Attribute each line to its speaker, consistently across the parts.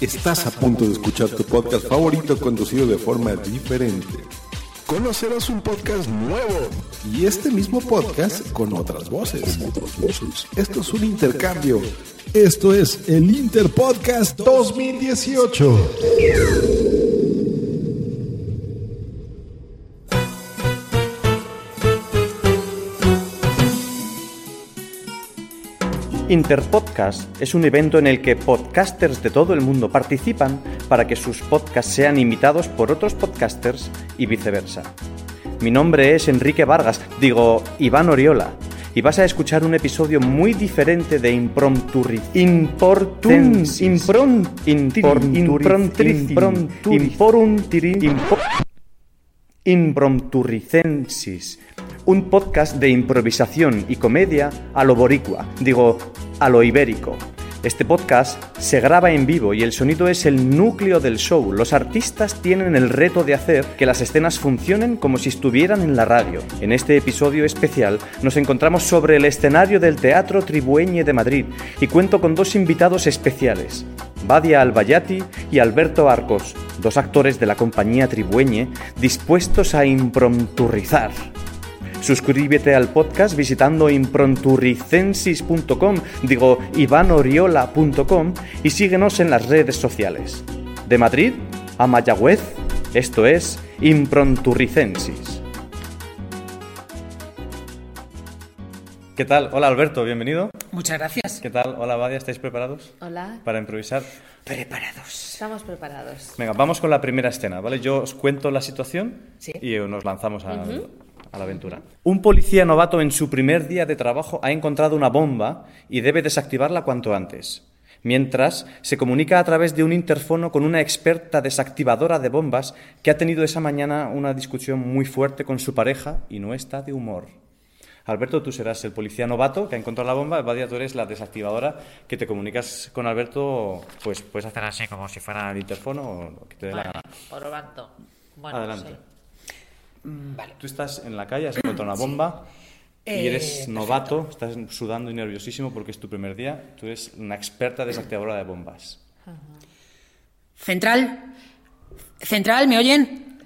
Speaker 1: Estás a punto de escuchar tu podcast favorito conducido de forma diferente. Conocerás un podcast nuevo y este mismo podcast con otras voces. Esto es un intercambio. Esto es el Interpodcast 2018.
Speaker 2: Interpodcast es un evento en el que podcasters de todo el mundo participan para que sus podcasts sean imitados por otros podcasters y viceversa. Mi nombre es Enrique Vargas, digo Iván Oriola, y vas a escuchar un episodio muy diferente de Imprompturi. Importun, impron, improntrici, imporuntiri, impo- Imprompturicensis, un podcast de improvisación y comedia a lo boricua, digo, a lo ibérico. Este podcast se graba en vivo y el sonido es el núcleo del show. Los artistas tienen el reto de hacer que las escenas funcionen como si estuvieran en la radio. En este episodio especial nos encontramos sobre el escenario del Teatro Tribueñe de Madrid y cuento con dos invitados especiales. Badia Albayati y Alberto Arcos, dos actores de la compañía Tribueñe dispuestos a imprompturrizar. Suscríbete al podcast visitando impronturicensis.com, digo ivanoriola.com y síguenos en las redes sociales. De Madrid a Mayagüez, esto es Impronturicensis. ¿Qué tal? Hola Alberto, bienvenido.
Speaker 3: Muchas gracias.
Speaker 2: ¿Qué tal? Hola Badia, ¿estáis preparados
Speaker 4: Hola,
Speaker 2: para improvisar?
Speaker 3: Preparados.
Speaker 4: estamos preparados.
Speaker 2: Venga, vamos con la primera escena, ¿vale? Yo os cuento la situación
Speaker 4: Sí.
Speaker 2: y nos lanzamos a, a la aventura. Un policía novato en su primer día de trabajo ha encontrado una bomba y debe desactivarla cuanto antes. Mientras, se comunica a través de un interfono con una experta desactivadora de bombas que ha tenido esa mañana una discusión muy fuerte con su pareja y no está de humor. Alberto, tú serás el policía novato que ha encontrado la bomba. Badia, tú eres la desactivadora que te comunicas con Alberto, pues puedes hacer así como si fuera el interfono o lo que te dé la gana.
Speaker 4: Por lo tanto, bueno,
Speaker 2: Adelante.
Speaker 4: sí. Mm,
Speaker 2: Tú estás en la calle, has encontrado una bomba y
Speaker 3: Eh,
Speaker 2: eres novato, estás sudando y nerviosísimo porque es tu primer día. Tú eres una experta desactivadora de bombas.
Speaker 3: Central. Central, ¿me oyen?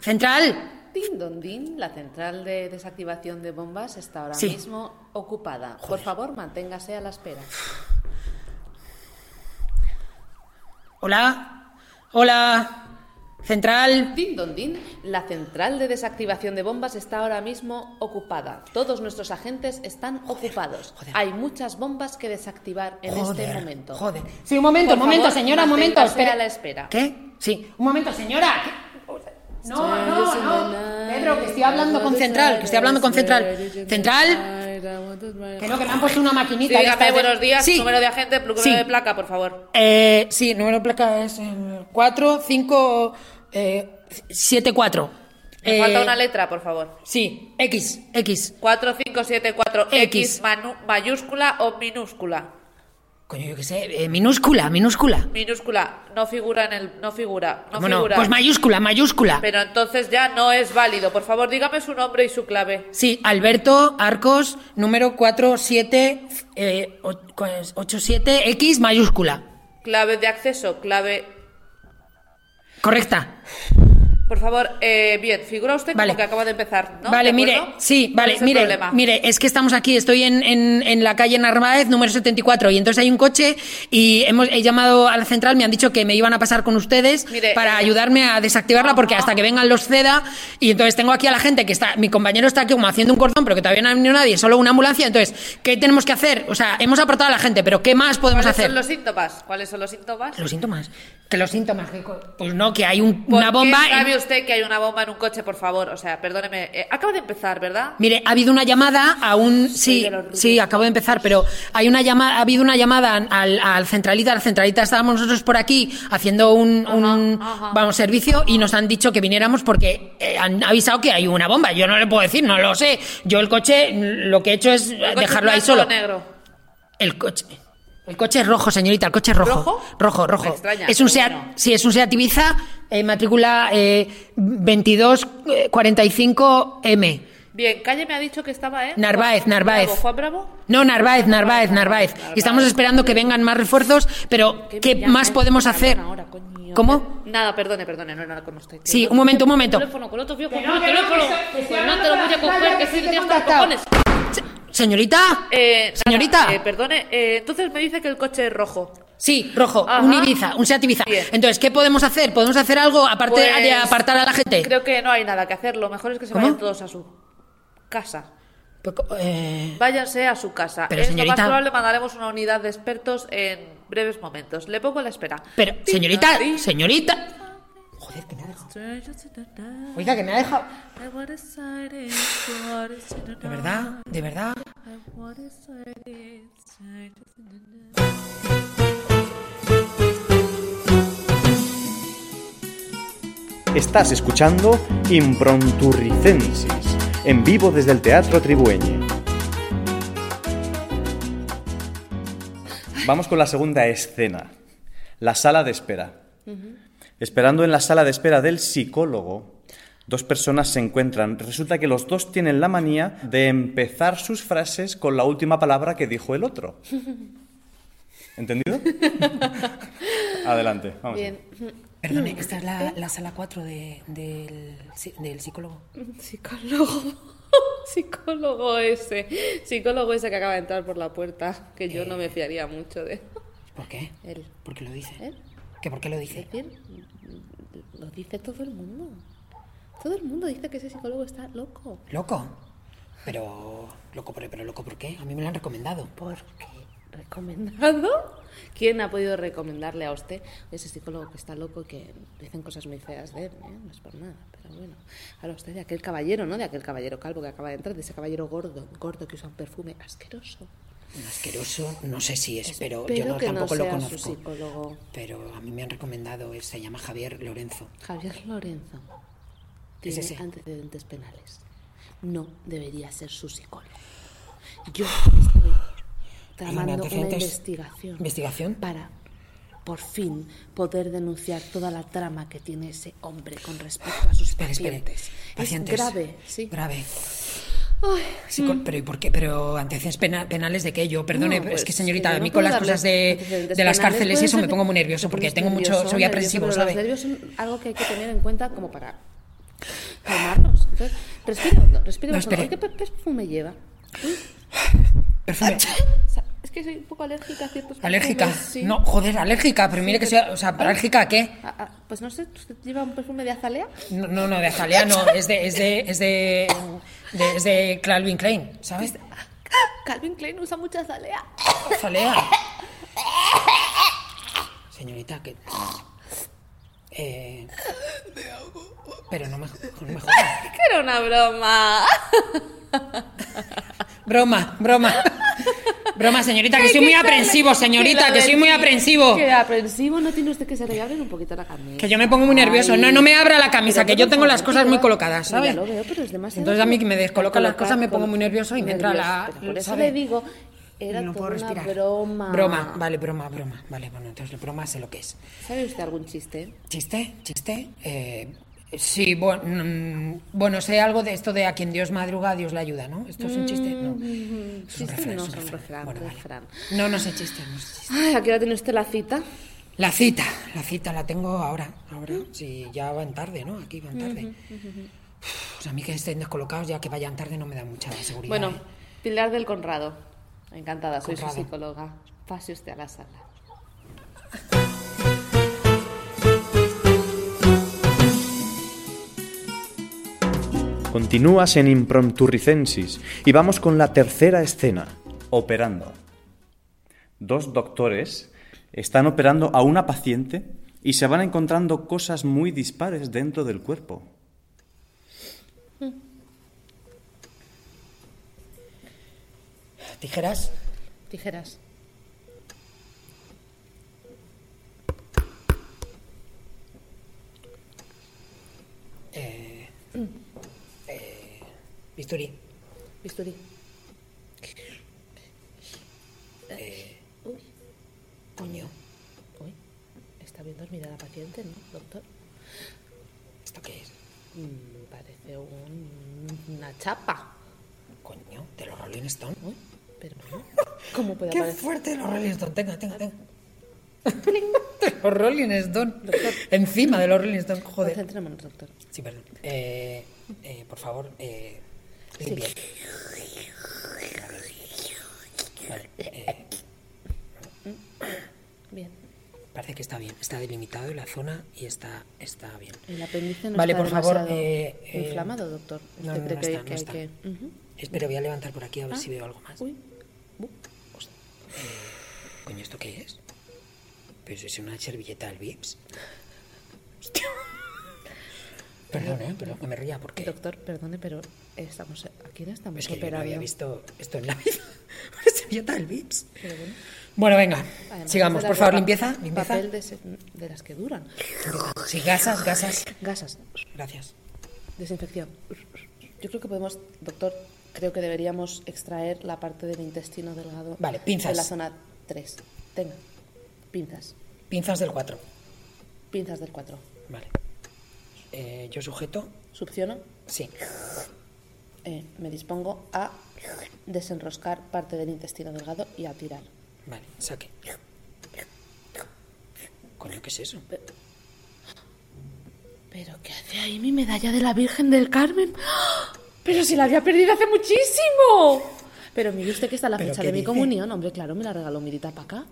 Speaker 3: Central.
Speaker 4: Din Don Din, la central de desactivación de bombas está ahora
Speaker 3: Sí.
Speaker 4: mismo ocupada. Por favor, manténgase a la espera.
Speaker 3: Hola. Hola. Central.
Speaker 4: Din Don Din, la central de desactivación de bombas está ahora mismo ocupada. Todos nuestros agentes están ocupados.
Speaker 3: joder.
Speaker 4: Hay muchas bombas que desactivar en este
Speaker 3: Joder,
Speaker 4: momento.
Speaker 3: Joder. Sí, un momento,
Speaker 4: Por
Speaker 3: un momento,
Speaker 4: favor,
Speaker 3: señora, un momento.
Speaker 4: manténgase
Speaker 3: Espera.
Speaker 4: a la espera.
Speaker 3: ¿Qué? Sí, un momento, señora. ¿Qué? No,
Speaker 4: Stars in
Speaker 3: no,
Speaker 4: the
Speaker 3: no.
Speaker 4: night,
Speaker 3: Pedro, que estoy hablando con Central, que estoy hablando con Central. Central, que no, que me han puesto una maquinita. de estas de- Sí.
Speaker 4: agente, número
Speaker 3: Sí.
Speaker 4: placa, por favor.
Speaker 3: Eh, sí, número de placa es 4, 5, eh, 7, 4. Eh,
Speaker 4: Me falta una letra, por favor.
Speaker 3: Sí, X, X.
Speaker 4: 4574
Speaker 3: X.
Speaker 4: X manu- mayúscula o minúscula.
Speaker 3: Coño, yo qué sé, eh, minúscula, minúscula.
Speaker 4: Minúscula no figura en el no figura, no
Speaker 3: bueno,
Speaker 4: figura.
Speaker 3: pues mayúscula, mayúscula.
Speaker 4: Pero entonces ya no es válido. Por favor, dígame su nombre y su clave.
Speaker 3: Sí, Alberto Arcos, número 47, eh, 87, X mayúscula.
Speaker 4: Clave de acceso, clave.
Speaker 3: Correcta.
Speaker 4: Por favor, eh, bien, figura usted
Speaker 3: Vale.
Speaker 4: como que acaba de empezar, ¿no?
Speaker 3: Vale,
Speaker 4: ¿De
Speaker 3: mire,
Speaker 4: acuerdo?
Speaker 3: sí, vale,
Speaker 4: ¿Cuál es el
Speaker 3: mire,
Speaker 4: problema?
Speaker 3: mire, es que estamos aquí, estoy en, en- en la calle Narváez, número 74, y entonces hay un coche y hemos, he llamado a la central, me han dicho que me iban a pasar con ustedes
Speaker 4: Mire, Ah.
Speaker 3: para
Speaker 4: eh,
Speaker 3: ayudarme a desactivarla, porque hasta que vengan los CEDA, y entonces tengo aquí a la gente que está, mi compañero está aquí como haciendo un cordón, pero que todavía no ha venido nadie, solo una ambulancia, entonces, ¿qué tenemos que hacer? O sea, hemos apartado a la gente, pero ¿qué más podemos
Speaker 4: ¿Cuáles
Speaker 3: hacer?
Speaker 4: son los síntomas? ¿Cuáles son los síntomas?
Speaker 3: Los síntomas, que los síntomas, que co- pues no, que hay un-
Speaker 4: ¿Por
Speaker 3: una
Speaker 4: qué
Speaker 3: bomba... en-
Speaker 4: sabe usted que hay una bomba en un coche, por favor? O sea, perdóneme. eh, acaba de empezar, ¿verdad?
Speaker 3: Mire, ha habido una llamada a un sí,
Speaker 4: de los rubios.
Speaker 3: sí, acabo de empezar, pero hay una llamada, ha habido una llamada al, al centralita, al centralita estábamos nosotros por aquí haciendo un, un, vamos servicio y nos han dicho que viniéramos porque eh, han avisado que hay una bomba. Yo no le puedo decir, no lo sé. Yo el coche lo que he hecho es eh,
Speaker 4: ¿El coche
Speaker 3: dejarlo ahí
Speaker 4: es blanco
Speaker 3: solo.
Speaker 4: o negro?
Speaker 3: El coche. El coche es rojo, señorita, el coche es rojo.
Speaker 4: ¿Rojo?
Speaker 3: Rojo, rojo.
Speaker 4: Me extraña,
Speaker 3: es un
Speaker 4: pero
Speaker 3: SEAT,
Speaker 4: bueno.
Speaker 3: sí, es un SEAT Ibiza, eh, matrícula eh, 2245M.
Speaker 4: Bien, calle me ha dicho que estaba, ¿eh?
Speaker 3: Narváez, Narváez.
Speaker 4: Bravo, ¿Juan Bravo?
Speaker 3: No, Narváez, Narváez, Narváez. Y estamos esperando que vengan más refuerzos, pero ¿qué,
Speaker 4: Ya,
Speaker 3: más
Speaker 4: eh,
Speaker 3: podemos
Speaker 4: cabrón,
Speaker 3: hacer?
Speaker 4: ahora, coño.
Speaker 3: ¿Cómo?
Speaker 4: Nada, perdone, perdone, no, no, no, como estoy.
Speaker 3: Sí, un momento, un momento.
Speaker 4: Teléfono, con otro, tío, con otro teléfono. Pues no te lo voy a coger, que sí que tienes los cojones.
Speaker 3: Señorita,
Speaker 4: Eh, nada,
Speaker 3: señorita.
Speaker 4: eh, perdone, eh, entonces me dice que el coche es rojo.
Speaker 3: Sí, rojo,
Speaker 4: Ajá.
Speaker 3: un Ibiza, un Seat Ibiza.
Speaker 4: Bien.
Speaker 3: Entonces, ¿qué podemos hacer? ¿Podemos hacer algo aparte
Speaker 4: Pues,
Speaker 3: de apartar a la gente?
Speaker 4: Creo que no hay nada que hacer. Lo mejor es que se
Speaker 3: ¿Cómo?
Speaker 4: vayan todos a su casa.
Speaker 3: Pues, eh,
Speaker 4: Váyanse a su casa.
Speaker 3: Pero,
Speaker 4: es lo
Speaker 3: señorita-
Speaker 4: más probable mandaremos una unidad de expertos en breves momentos. Le pongo a la espera.
Speaker 3: Pero, señorita,
Speaker 4: Tin, tin,
Speaker 3: señorita. Joder, que me ha dejado. Oiga, que me ha dejado. De verdad, de verdad.
Speaker 2: Estás escuchando Impronturricensis, en vivo desde el Teatro Tribueñe. Vamos con la segunda escena, la sala de espera. Esperando en la sala de espera del psicólogo, dos personas se encuentran. Resulta que los dos tienen la manía de empezar sus frases con la última palabra que dijo el otro. ¿Entendido? Adelante, vamos.
Speaker 4: Bien.
Speaker 3: Perdone, esta es la, la sala 4 de- del, si- del psicólogo.
Speaker 4: Psicólogo. Psicólogo ese. Psicólogo ese que acaba de entrar por la puerta. Que yo no me fiaría mucho de
Speaker 3: ¿Por qué?
Speaker 4: él.
Speaker 3: ¿Por qué lo dice?
Speaker 4: ¿Eh?
Speaker 3: ¿Qué por qué lo dice?
Speaker 4: Es decir, lo dice todo el mundo. Todo el mundo dice que ese psicólogo está loco.
Speaker 3: ¿Loco? Pero... Loco, por- pero loco, ¿por qué? A mí me lo han recomendado.
Speaker 4: ¿Por qué? ¿Recomendado? ¿Quién ha podido recomendarle a usted ese psicólogo que está loco y que dicen cosas muy feas de él? ¿eh? No es por nada, pero bueno. Habla usted de aquel caballero, ¿no? De aquel caballero calvo que acaba de entrar, de ese caballero gordo, gordo que usa un perfume asqueroso.
Speaker 3: Asqueroso, no sé si es, pero yo
Speaker 4: Espero
Speaker 3: no,
Speaker 4: que no
Speaker 3: tampoco lo
Speaker 4: sea
Speaker 3: conozco.
Speaker 4: su psicólogo.
Speaker 3: Pero a mí me han recomendado, él se llama Javier Lorenzo.
Speaker 4: Javier Lorenzo tiene
Speaker 3: ese.
Speaker 4: antecedentes penales. No debería ser su psicólogo. Yo estoy tramando una
Speaker 3: antecedentes-
Speaker 4: investigación,
Speaker 3: ¿Investigación?
Speaker 4: para por fin poder denunciar toda la trama que tiene ese hombre con respecto a sus
Speaker 3: Espera, espera.
Speaker 4: pacientes.
Speaker 3: Pacientes.
Speaker 4: Es grave, sí. Mm.
Speaker 3: Grave. Psico- pero ¿y por qué? Pero antecedentes pena- penales de qué? Yo, perdone,
Speaker 4: No,
Speaker 3: pero es que
Speaker 4: pues,
Speaker 3: señorita,
Speaker 4: yo
Speaker 3: a
Speaker 4: no
Speaker 3: mí
Speaker 4: puedo
Speaker 3: con las
Speaker 4: darle
Speaker 3: cosas de,
Speaker 4: antecedentes
Speaker 3: de las
Speaker 4: penales.
Speaker 3: cárceles y
Speaker 4: Puede
Speaker 3: eso
Speaker 4: ser
Speaker 3: me
Speaker 4: que-
Speaker 3: pongo muy nervioso
Speaker 4: te
Speaker 3: porque
Speaker 4: pones
Speaker 3: tengo mucho,
Speaker 4: nervioso,
Speaker 3: soy aprensivo,
Speaker 4: nervioso,
Speaker 3: ¿sabe?
Speaker 4: pero Los nervios son algo que hay que tener en cuenta como para calmarnos. Entonces, respira hondo, respira
Speaker 3: No,
Speaker 4: hondo.
Speaker 3: espere.
Speaker 4: ¿Qué per- perfume lleva?
Speaker 3: Perfume.
Speaker 4: O sea, es que soy un poco alérgica a ciertos
Speaker 3: Alérgica.
Speaker 4: perfumes, sí.
Speaker 3: No, joder, alérgica, pero mire que soy, o sea, alérgica a qué?
Speaker 4: Ah, ah, pues no sé, ¿usted lleva un perfume de azalea?
Speaker 3: No, no, no, de azalea no, es de, es de, es de, de- es de Calvin Klein, ¿sabes?
Speaker 4: Ah, Calvin Klein usa mucha azalea.
Speaker 3: Azalea. Señorita, que... Eh, pero no me, no me jodas.
Speaker 4: Que era una broma.
Speaker 3: Broma, broma. Broma, señorita, que soy muy aprensivo, señorita, que soy muy aprensivo.
Speaker 4: Que aprensivo no tiene usted que se le abren un poquito la camisa.
Speaker 3: Que yo me pongo muy nervioso. No, no me abra la camisa, que yo tengo las cosas muy colocadas, ¿sabes?
Speaker 4: Ya lo veo, pero es demasiado.
Speaker 3: Entonces a mí que me descolocan las
Speaker 4: Colocar-
Speaker 3: cosas, me pongo
Speaker 4: colo-
Speaker 3: muy nervioso y me entra la-
Speaker 4: Pero Por eso
Speaker 3: ¿sabe?
Speaker 4: le digo, era
Speaker 3: no puedo
Speaker 4: toda una
Speaker 3: respirar.
Speaker 4: broma.
Speaker 3: Broma, vale, broma, broma. Vale, bueno, entonces broma sé lo que es.
Speaker 4: ¿Sabe usted algún chiste?
Speaker 3: ¿Chiste? ¿Chiste? Eh, sí, bueno, mm, bueno, sé algo de esto de a quien Dios madruga, Dios le ayuda, ¿no? ¿Esto es un chiste? No. Es un
Speaker 4: Chiste
Speaker 3: refrán,
Speaker 4: no
Speaker 3: es un
Speaker 4: son refrán,
Speaker 3: Bueno, vale.
Speaker 4: refrán.
Speaker 3: No, no sé chiste, no sé chiste.
Speaker 4: Ay, ¿a qué hora tiene usted la cita?
Speaker 3: La cita, la cita la tengo ahora. Ahora, si ya van tarde, ¿no? Aquí van tarde. Uf, o sea, a mí que estén descolocados, ya que vayan tarde, no me da mucha seguridad.
Speaker 4: Bueno,
Speaker 3: ¿eh?
Speaker 4: Pilar del Conrado. Encantada, soy su
Speaker 3: Conrado.
Speaker 4: psicóloga. Pase usted a la sala.
Speaker 2: Continúas en Imprompturricensis y vamos con la tercera escena, operando. Dos doctores están operando a una paciente y se van encontrando cosas muy dispares dentro del cuerpo.
Speaker 3: Tijeras,
Speaker 4: Tijeras.
Speaker 3: bisturí,
Speaker 4: Bisturí.
Speaker 3: puño.
Speaker 4: Uy, está bien dormida la paciente, ¿no, doctor?
Speaker 3: ¿Esto qué es?
Speaker 4: Mm, parece un- una chapa.
Speaker 3: Coño, de los Rolling Stones.
Speaker 4: Uy, pero no. ¿Cómo puede
Speaker 3: Qué
Speaker 4: aparecer?
Speaker 3: fuerte de los Rolling Stones. Tenga, tenga, tenga. de los Rolling Stones. Encima de los Rolling Stones, joder.
Speaker 4: Concentrémonos, doctor.
Speaker 3: Sí, perdón. Eh, eh, por favor, eh, limpia. Vale, eh,
Speaker 4: Bien.
Speaker 3: parece que está bien. Está delimitado la zona y está, está bien.
Speaker 4: El apéndice no
Speaker 3: Vale,
Speaker 4: está
Speaker 3: por favor,
Speaker 4: demasiado
Speaker 3: eh, eh,
Speaker 4: inflamado, doctor.
Speaker 3: no,
Speaker 4: ¿Usted
Speaker 3: no,
Speaker 4: cree
Speaker 3: no
Speaker 4: que,
Speaker 3: está,
Speaker 4: que hay
Speaker 3: no
Speaker 4: que...? Ujú. Ah,
Speaker 3: Espera, voy a levantar por aquí a ver si veo algo más.
Speaker 4: Uy,
Speaker 3: Coño, ¿esto qué es? Pero si es una servilleta del Vips. Hostia. Perdón, ¿eh? Perdón que me ría, porque
Speaker 4: doctor, perdone, pero estamos... ¿A quién estamos
Speaker 3: es que yo no
Speaker 4: operando?
Speaker 3: había visto esto en la vida. Una servilleta del Vips. Bueno, venga,
Speaker 4: Además, es
Speaker 3: sigamos.
Speaker 4: de
Speaker 3: Por
Speaker 4: la
Speaker 3: favor,
Speaker 4: ropa-
Speaker 3: limpieza, limpieza.
Speaker 4: Papel de, se- de las que duran.
Speaker 3: Sí, gasas, gasas.
Speaker 4: Gasas.
Speaker 3: Gracias.
Speaker 4: Desinfección. Yo creo que podemos, doctor, creo que deberíamos extraer la parte del intestino delgado.
Speaker 3: Vale, pinzas.
Speaker 4: De la zona 3. Tenga. Pinzas.
Speaker 3: Pinzas del 4.
Speaker 4: Pinzas del 4.
Speaker 3: Vale. Eh, yo sujeto.
Speaker 4: Succiono.
Speaker 3: Sí.
Speaker 4: Eh, me dispongo a desenroscar parte del intestino delgado y a tirar.
Speaker 3: Vale, saque. Coño, ¿qué es eso?
Speaker 4: ¿Pero qué hace ahí mi medalla de la Virgen del Carmen? ¡Ah! ¡Pero si la había perdido hace muchísimo! Pero mire usted que está la
Speaker 3: ¿Pero
Speaker 4: fecha
Speaker 3: qué
Speaker 4: de mi
Speaker 3: dice?
Speaker 4: comunión. Hombre, claro, me la regaló Mirita para acá.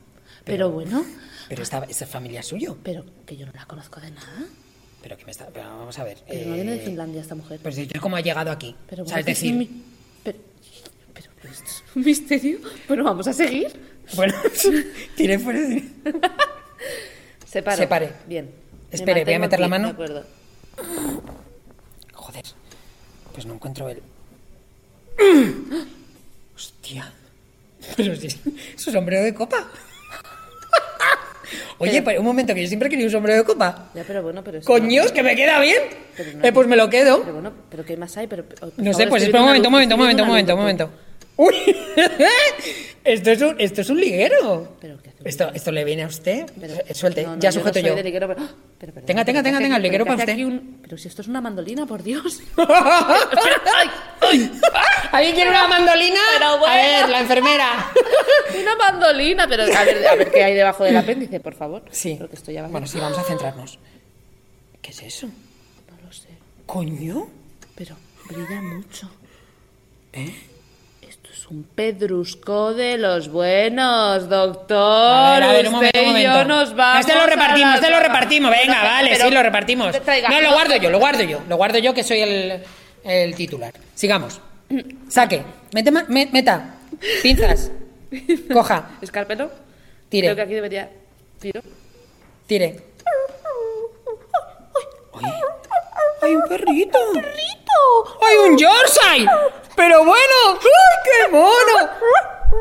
Speaker 4: Pero, bueno,
Speaker 3: Pero esta, esta familia es suyo.
Speaker 4: pero que yo no la conozco de nada.
Speaker 3: Pero que me está. Pero vamos a ver.
Speaker 4: Pero no viene de
Speaker 3: eh,
Speaker 4: Finlandia esta mujer.
Speaker 3: Pues yo cómo ha llegado aquí.
Speaker 4: Pero
Speaker 3: o sea,
Speaker 4: bueno,
Speaker 3: es
Speaker 4: que es un
Speaker 3: decir,
Speaker 4: mi- Pero, pero esto es un misterio. Pero vamos a seguir.
Speaker 3: bueno, tiré fuera de...
Speaker 4: Separe.
Speaker 3: Separe.
Speaker 4: Bien.
Speaker 3: Espere,
Speaker 4: Me
Speaker 3: voy a
Speaker 4: mantengo
Speaker 3: meter la
Speaker 4: aquí,
Speaker 3: mano.
Speaker 4: De acuerdo.
Speaker 3: Joder. Pues no encuentro el... Hostia. Pero sí, su sombrero de copa. Oye, pero un momento, que yo siempre quería un sombrero de copa.
Speaker 4: Ya, pero bueno, pero es-
Speaker 3: Coños, que me queda bien.
Speaker 4: Pero no-
Speaker 3: Eh, pues me lo quedo.
Speaker 4: Pero bueno, pero ¿qué más hay? Pero, por
Speaker 3: No sé,
Speaker 4: favor, estoy
Speaker 3: pues espera un
Speaker 4: viendo
Speaker 3: momento, un
Speaker 4: una
Speaker 3: momento, un
Speaker 4: luz,
Speaker 3: momento, un momento,
Speaker 4: estoy viendo
Speaker 3: un momento. ¡Uy! esto, es un, esto es un liguero.
Speaker 4: Pero, ¿qué hace un
Speaker 3: esto, esto le viene a usted. Eh,
Speaker 4: una luz. Pero-
Speaker 3: Suelte,
Speaker 4: no, no,
Speaker 3: ya
Speaker 4: yo no
Speaker 3: sujeto
Speaker 4: soy
Speaker 3: yo.
Speaker 4: de liguero, pero- ¡Ah! Pero, perdón, pero
Speaker 3: Tenga, tenga,
Speaker 4: ¿qué hace
Speaker 3: tenga, tenga, el
Speaker 4: aquí-
Speaker 3: liguero
Speaker 4: pero
Speaker 3: para
Speaker 4: ¿qué hace
Speaker 3: usted.
Speaker 4: aquí un- Pero si esto es una mandolina, por Dios.
Speaker 3: ¿Alguien quiere una mandolina? A ver, la enfermera.
Speaker 4: una mandolina, pero a ver, a ver qué hay debajo del apéndice, por favor.
Speaker 3: Sí.
Speaker 4: Porque esto ya va
Speaker 3: Bueno, sí, vamos a centrarnos. ¿Qué es eso?
Speaker 4: No lo sé,
Speaker 3: ¿Coño?
Speaker 4: pero brilla mucho.
Speaker 3: ¿Eh?
Speaker 4: Esto es un pedrusco de los buenos, doctor.
Speaker 3: A ver, a ver, un momento,
Speaker 4: Usted
Speaker 3: un
Speaker 4: y
Speaker 3: momento.
Speaker 4: yo nos vamos.
Speaker 3: Este lo
Speaker 4: a
Speaker 3: repartimos,
Speaker 4: la-
Speaker 3: este lo repartimos. Venga,
Speaker 4: Pero-
Speaker 3: vale,
Speaker 4: pero-
Speaker 3: sí, lo repartimos.
Speaker 4: Traiga.
Speaker 3: No, lo guardo yo, lo guardo yo. Lo guardo yo que soy el, el titular. Sigamos. Saque. Mete, ma- me- meta. Pinzas. Coja.
Speaker 4: Escarpelo.
Speaker 3: Tire.
Speaker 4: Creo que aquí debería. Tiro.
Speaker 3: Tire. Oye, ¡Hay un perrito! ¡Un perrito! ¡Hay un Yorkshire! ¡Pero bueno! ¡Ay, qué mono!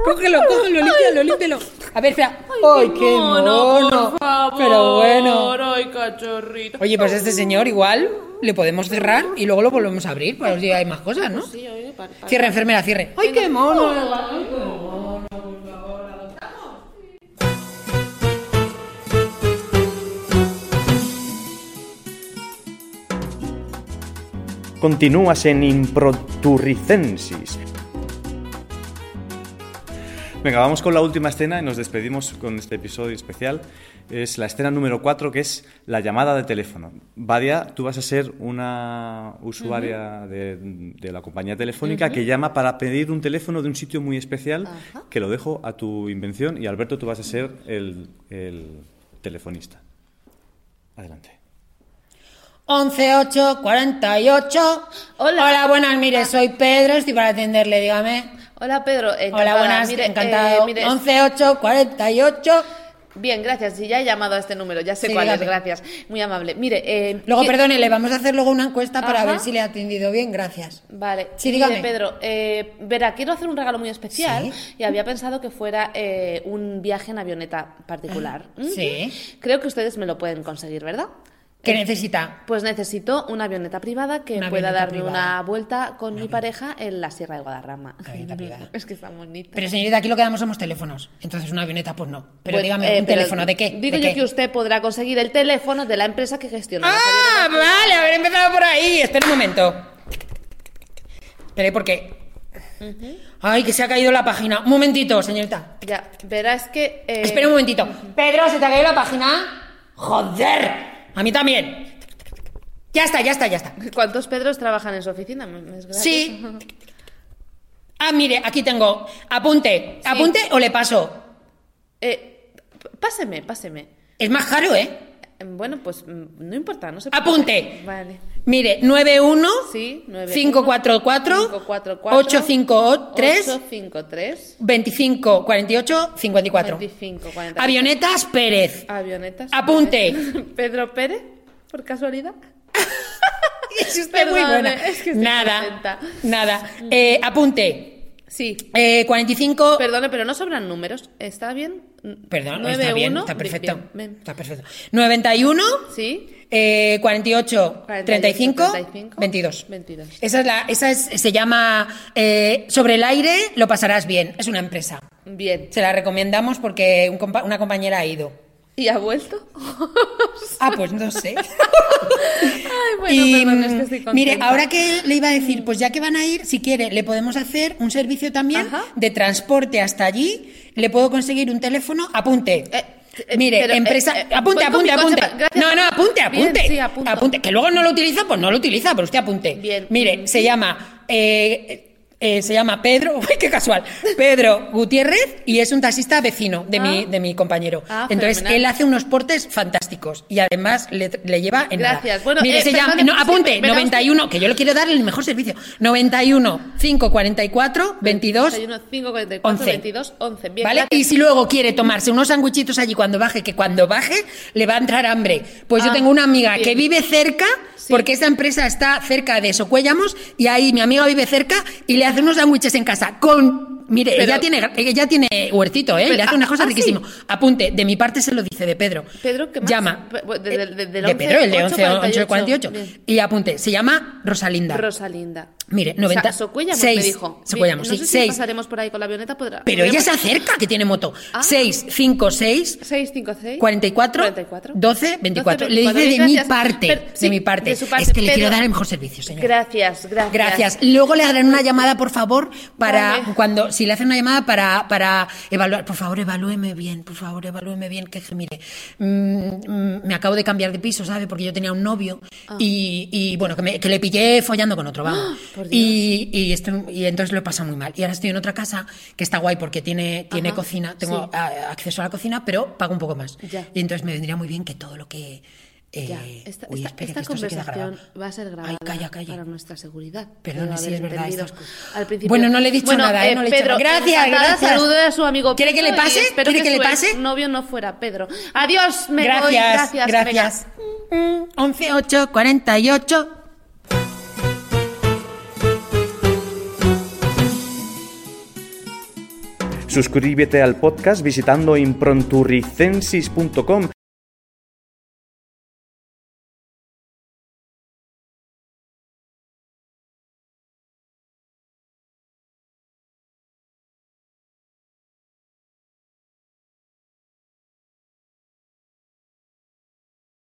Speaker 3: Cógelo, cógelo, límpialo, límpialo. A ver, espera. ¡Ay, qué mono! Pero bueno.
Speaker 4: Ay, cachorrito.
Speaker 3: Oye, pues este señor igual le podemos cerrar y luego lo volvemos a abrir para ver si hay más cosas, ¿no?
Speaker 4: Sí, oye, para, para.
Speaker 3: Cierre, enfermera, cierre. ¡Ay, qué mono!
Speaker 2: Continúas en Improturricensis. Venga, vamos con la última escena y nos despedimos con este episodio especial. Es la escena número 4, que es la llamada de teléfono. Vadia, tú vas a ser una usuaria de, de la compañía telefónica que llama para pedir un teléfono de un sitio muy especial, que lo dejo a tu invención. Y Alberto, tú vas a ser el, el telefonista. Adelante.
Speaker 3: 11, 8, 48.
Speaker 5: Hola. Ah.
Speaker 3: Hola, buenas, mire, soy Pedro, estoy para atenderle, dígame.
Speaker 5: Hola Pedro, encantada.
Speaker 3: Hola, buenas,
Speaker 5: Mire,
Speaker 3: encantado.
Speaker 5: eh, mire,
Speaker 3: 11, 8, 48.
Speaker 5: Bien, gracias. Sí, ya he llamado a este número, ya sé
Speaker 3: Sí,
Speaker 5: cuál es,
Speaker 3: dígame.
Speaker 5: gracias. Muy amable. Mire, eh,
Speaker 3: Luego,
Speaker 5: qui-
Speaker 3: perdone, le vamos a hacer luego una encuesta para
Speaker 5: Ajá.
Speaker 3: ver si le ha atendido bien, gracias.
Speaker 5: Vale,
Speaker 3: Sí,
Speaker 5: Mire,
Speaker 3: dígame.
Speaker 5: Pedro, eh, verá, quiero hacer un regalo muy especial
Speaker 3: Sí.
Speaker 5: y había pensado que fuera eh, un viaje en avioneta particular.
Speaker 3: Ah, sí.
Speaker 5: Ujú. Creo que ustedes me lo pueden conseguir, ¿verdad?
Speaker 3: ¿Qué necesita?
Speaker 5: Pues necesito una avioneta privada que
Speaker 3: Una
Speaker 5: pueda
Speaker 3: avioneta
Speaker 5: darme una
Speaker 3: privada.
Speaker 5: vuelta con mi pareja en la Sierra de Guadarrama.
Speaker 3: Avioneta privada.
Speaker 5: Es que está bonita.
Speaker 3: Pero señorita, aquí lo que damos somos teléfonos. Entonces una avioneta, pues no. Pero
Speaker 5: Pues,
Speaker 3: dígame,
Speaker 5: eh,
Speaker 3: ¿un
Speaker 5: pero
Speaker 3: teléfono de qué?
Speaker 5: Digo
Speaker 3: ¿De
Speaker 5: yo
Speaker 3: qué?
Speaker 5: que usted podrá conseguir el teléfono de la empresa que gestiona. las
Speaker 3: Ah,
Speaker 5: avionetas.
Speaker 3: vale, haber empezado por ahí. Espera un momento. Espere, porque. Ay, que se ha caído la página. Un momentito, señorita.
Speaker 5: Ya, verás que. eh,
Speaker 3: Espera un momentito. Pedro, ¿se te ha caído la página? ¡Joder! A mí también. Ya está, ya está, ya está.
Speaker 5: ¿Cuántos Pedros trabajan en su oficina? Me- me es gracioso.
Speaker 3: Sí. Ah, mire, aquí tengo. Apunte. ¿Apunte o le paso?
Speaker 5: Eh, p- páseme, páseme.
Speaker 3: Es más caro, ¿eh?
Speaker 5: Eh, Bueno, pues mm, no importa, no se
Speaker 3: Apunte.
Speaker 5: Vale.
Speaker 3: Mire, 91
Speaker 5: Sí, 9.
Speaker 3: 544 853
Speaker 5: 853
Speaker 3: 25 48 54.
Speaker 5: 25 44.
Speaker 3: Avionetas Pérez.
Speaker 5: Avionetas.
Speaker 3: Apunte.
Speaker 5: Pedro Pérez, por casualidad.
Speaker 3: Es usted muy
Speaker 5: Perdone,
Speaker 3: buena.
Speaker 5: es que estoy
Speaker 3: nada,
Speaker 5: contenta.
Speaker 3: nada. Eh, apunte.
Speaker 5: Sí.
Speaker 3: Eh, 45.
Speaker 5: Perdone, pero no sobran números. ¿Está bien?
Speaker 3: Perdón,
Speaker 5: Nueve,
Speaker 3: está bien,
Speaker 5: uno.
Speaker 3: está
Speaker 5: Bien,
Speaker 3: perfecto.
Speaker 5: bien, bien.
Speaker 3: Está perfecto. 91
Speaker 5: Sí.
Speaker 3: eh, 48
Speaker 5: 48,
Speaker 3: 35,
Speaker 5: 35,
Speaker 3: 22.
Speaker 5: 22.
Speaker 3: Esa es la esa es- se llama eh, Sobre el aire lo pasarás bien. Es una empresa.
Speaker 5: Bien.
Speaker 3: Se la recomendamos porque un compa- una compañera ha ido.
Speaker 5: ¿Y ha vuelto?
Speaker 3: Ah, pues no sé.
Speaker 5: Ay,
Speaker 3: Y,
Speaker 5: perdón, es
Speaker 3: mm,
Speaker 5: que estoy contenta.
Speaker 3: mire, ahora que le iba a decir, pues ya que van a ir, si quiere, le podemos hacer un servicio también
Speaker 5: Ajá.
Speaker 3: de transporte hasta allí. Le puedo conseguir un teléfono. Apunte.
Speaker 5: Eh, eh,
Speaker 3: Mire,
Speaker 5: pero,
Speaker 3: empresa.
Speaker 5: eh, eh,
Speaker 3: apunte,
Speaker 5: voy con mi
Speaker 3: apunte,
Speaker 5: coche
Speaker 3: apunte.
Speaker 5: pa- gracias.
Speaker 3: no, no, apunte,
Speaker 5: Bien,
Speaker 3: apunte.
Speaker 5: sí, apunto.
Speaker 3: apunte. Que luego no lo utiliza, pues no lo utiliza, pero usted apunte.
Speaker 5: Bien.
Speaker 3: Mire,
Speaker 5: Mm.
Speaker 3: se llama. eh, eh, se llama Pedro, uy, qué casual, Pedro Gutiérrez y es un taxista vecino de,
Speaker 5: Ah.
Speaker 3: mi, de mi compañero.
Speaker 5: Ah,
Speaker 3: Entonces,
Speaker 5: fenomenal.
Speaker 3: él hace unos portes fantásticos y además le, le lleva en nada.
Speaker 5: Gracias. Bueno,
Speaker 3: Mire,
Speaker 5: eh,
Speaker 3: se llama,
Speaker 5: perdón,
Speaker 3: no,
Speaker 5: es que
Speaker 3: apunte,
Speaker 5: verá usted-
Speaker 3: 91, que yo le quiero dar el mejor servicio. 91 544 22
Speaker 5: 31, 5, 44,
Speaker 3: 11.
Speaker 5: 22, 11. Bien,
Speaker 3: ¿Vale?
Speaker 5: gracias.
Speaker 3: Y si luego quiere tomarse unos sanguchitos allí cuando baje, que cuando baje le va a entrar hambre. Pues yo
Speaker 5: Ah,
Speaker 3: tengo una amiga
Speaker 5: bien.
Speaker 3: que vive cerca,
Speaker 5: Sí.
Speaker 3: porque esta empresa está cerca de Socuéllamos, y ahí mi amiga vive cerca y le hace unos sándwiches en casa con. Mire,
Speaker 5: Pero-
Speaker 3: ella, tiene, ella tiene huercito, ¿eh?
Speaker 5: Pero-
Speaker 3: le hace unas
Speaker 5: ah,
Speaker 3: cosas
Speaker 5: ah,
Speaker 3: riquísimas. Apunte, de mi parte se lo dice de Pedro.
Speaker 5: Pedro, ¿qué más?
Speaker 3: Llama. eh,
Speaker 5: Pe- bueno, de- de- de- del
Speaker 3: de Pedro, el de
Speaker 5: 11,
Speaker 3: 11, 11, 48.
Speaker 5: Bien.
Speaker 3: Y apunte, se llama Rosalinda.
Speaker 5: Rosalinda.
Speaker 3: Mire,
Speaker 5: O sea,
Speaker 3: 90
Speaker 5: Socuellamos me
Speaker 3: seis.
Speaker 5: dijo.
Speaker 3: Socuellamos,
Speaker 5: Bien,
Speaker 3: sí,
Speaker 5: No sé si
Speaker 3: seis.
Speaker 5: pasaremos por ahí con la avioneta. Podrá,
Speaker 3: Pero ella
Speaker 5: podríamos-
Speaker 3: se acerca, que tiene moto.
Speaker 5: Ah.
Speaker 3: 6, 5, 6,
Speaker 5: 656
Speaker 3: 44, 12, 24. Le dice de mi parte. de mi parte. Es que le quiero dar el mejor servicio, señor.
Speaker 5: Gracias, gracias.
Speaker 3: Gracias. Luego le harán una llamada, por favor, para
Speaker 5: Vale.
Speaker 3: cuando si le hacen una llamada para, para evaluar. Por favor, evalúeme bien, por favor, evalúeme bien. Que mire, mm, mm, me acabo de cambiar de piso, ¿sabe? Porque yo tenía un novio
Speaker 5: Ah.
Speaker 3: y, y, bueno, que, me- que le pillé follando con otro, vamos.
Speaker 5: por Dios.
Speaker 3: y, y, esto- y entonces lo pasa muy mal. Y ahora estoy en otra casa que está guay porque tiene, tiene
Speaker 5: Ajá,
Speaker 3: cocina, tengo
Speaker 5: sí.
Speaker 3: a- acceso a la cocina, pero pago un poco más.
Speaker 5: Ya.
Speaker 3: Y entonces me vendría muy bien que todo lo que. eh,
Speaker 5: Ya, esta,
Speaker 3: uy,
Speaker 5: esta-
Speaker 3: espere, que
Speaker 5: esta
Speaker 3: esto se queda
Speaker 5: conversación
Speaker 3: grabado.
Speaker 5: va a ser grabada
Speaker 3: Ay, calla, calla.
Speaker 5: para nuestra seguridad.
Speaker 3: Perdona,
Speaker 5: Debe
Speaker 3: sí,
Speaker 5: haber
Speaker 3: es verdad,
Speaker 5: entendido
Speaker 3: estas cosas.
Speaker 5: al principio.
Speaker 3: Bueno, no le he dicho
Speaker 5: Bueno,
Speaker 3: nada, ¿eh? No le he dicho
Speaker 5: Pedro,
Speaker 3: nada. Gracias,
Speaker 5: encantada,
Speaker 3: gracias.
Speaker 5: Salude a su amigo
Speaker 3: ¿Quiere que
Speaker 5: Pedro
Speaker 3: le pase?
Speaker 5: y espero
Speaker 3: ¿Quiere que le pase?
Speaker 5: su novio no fuera Pedro. Adiós, me voy.
Speaker 3: Gracias,
Speaker 5: Gracias,
Speaker 3: gracias. Mm,
Speaker 5: venga.
Speaker 3: 11, 8, 48.
Speaker 2: Suscríbete al podcast visitando impronturricensis.com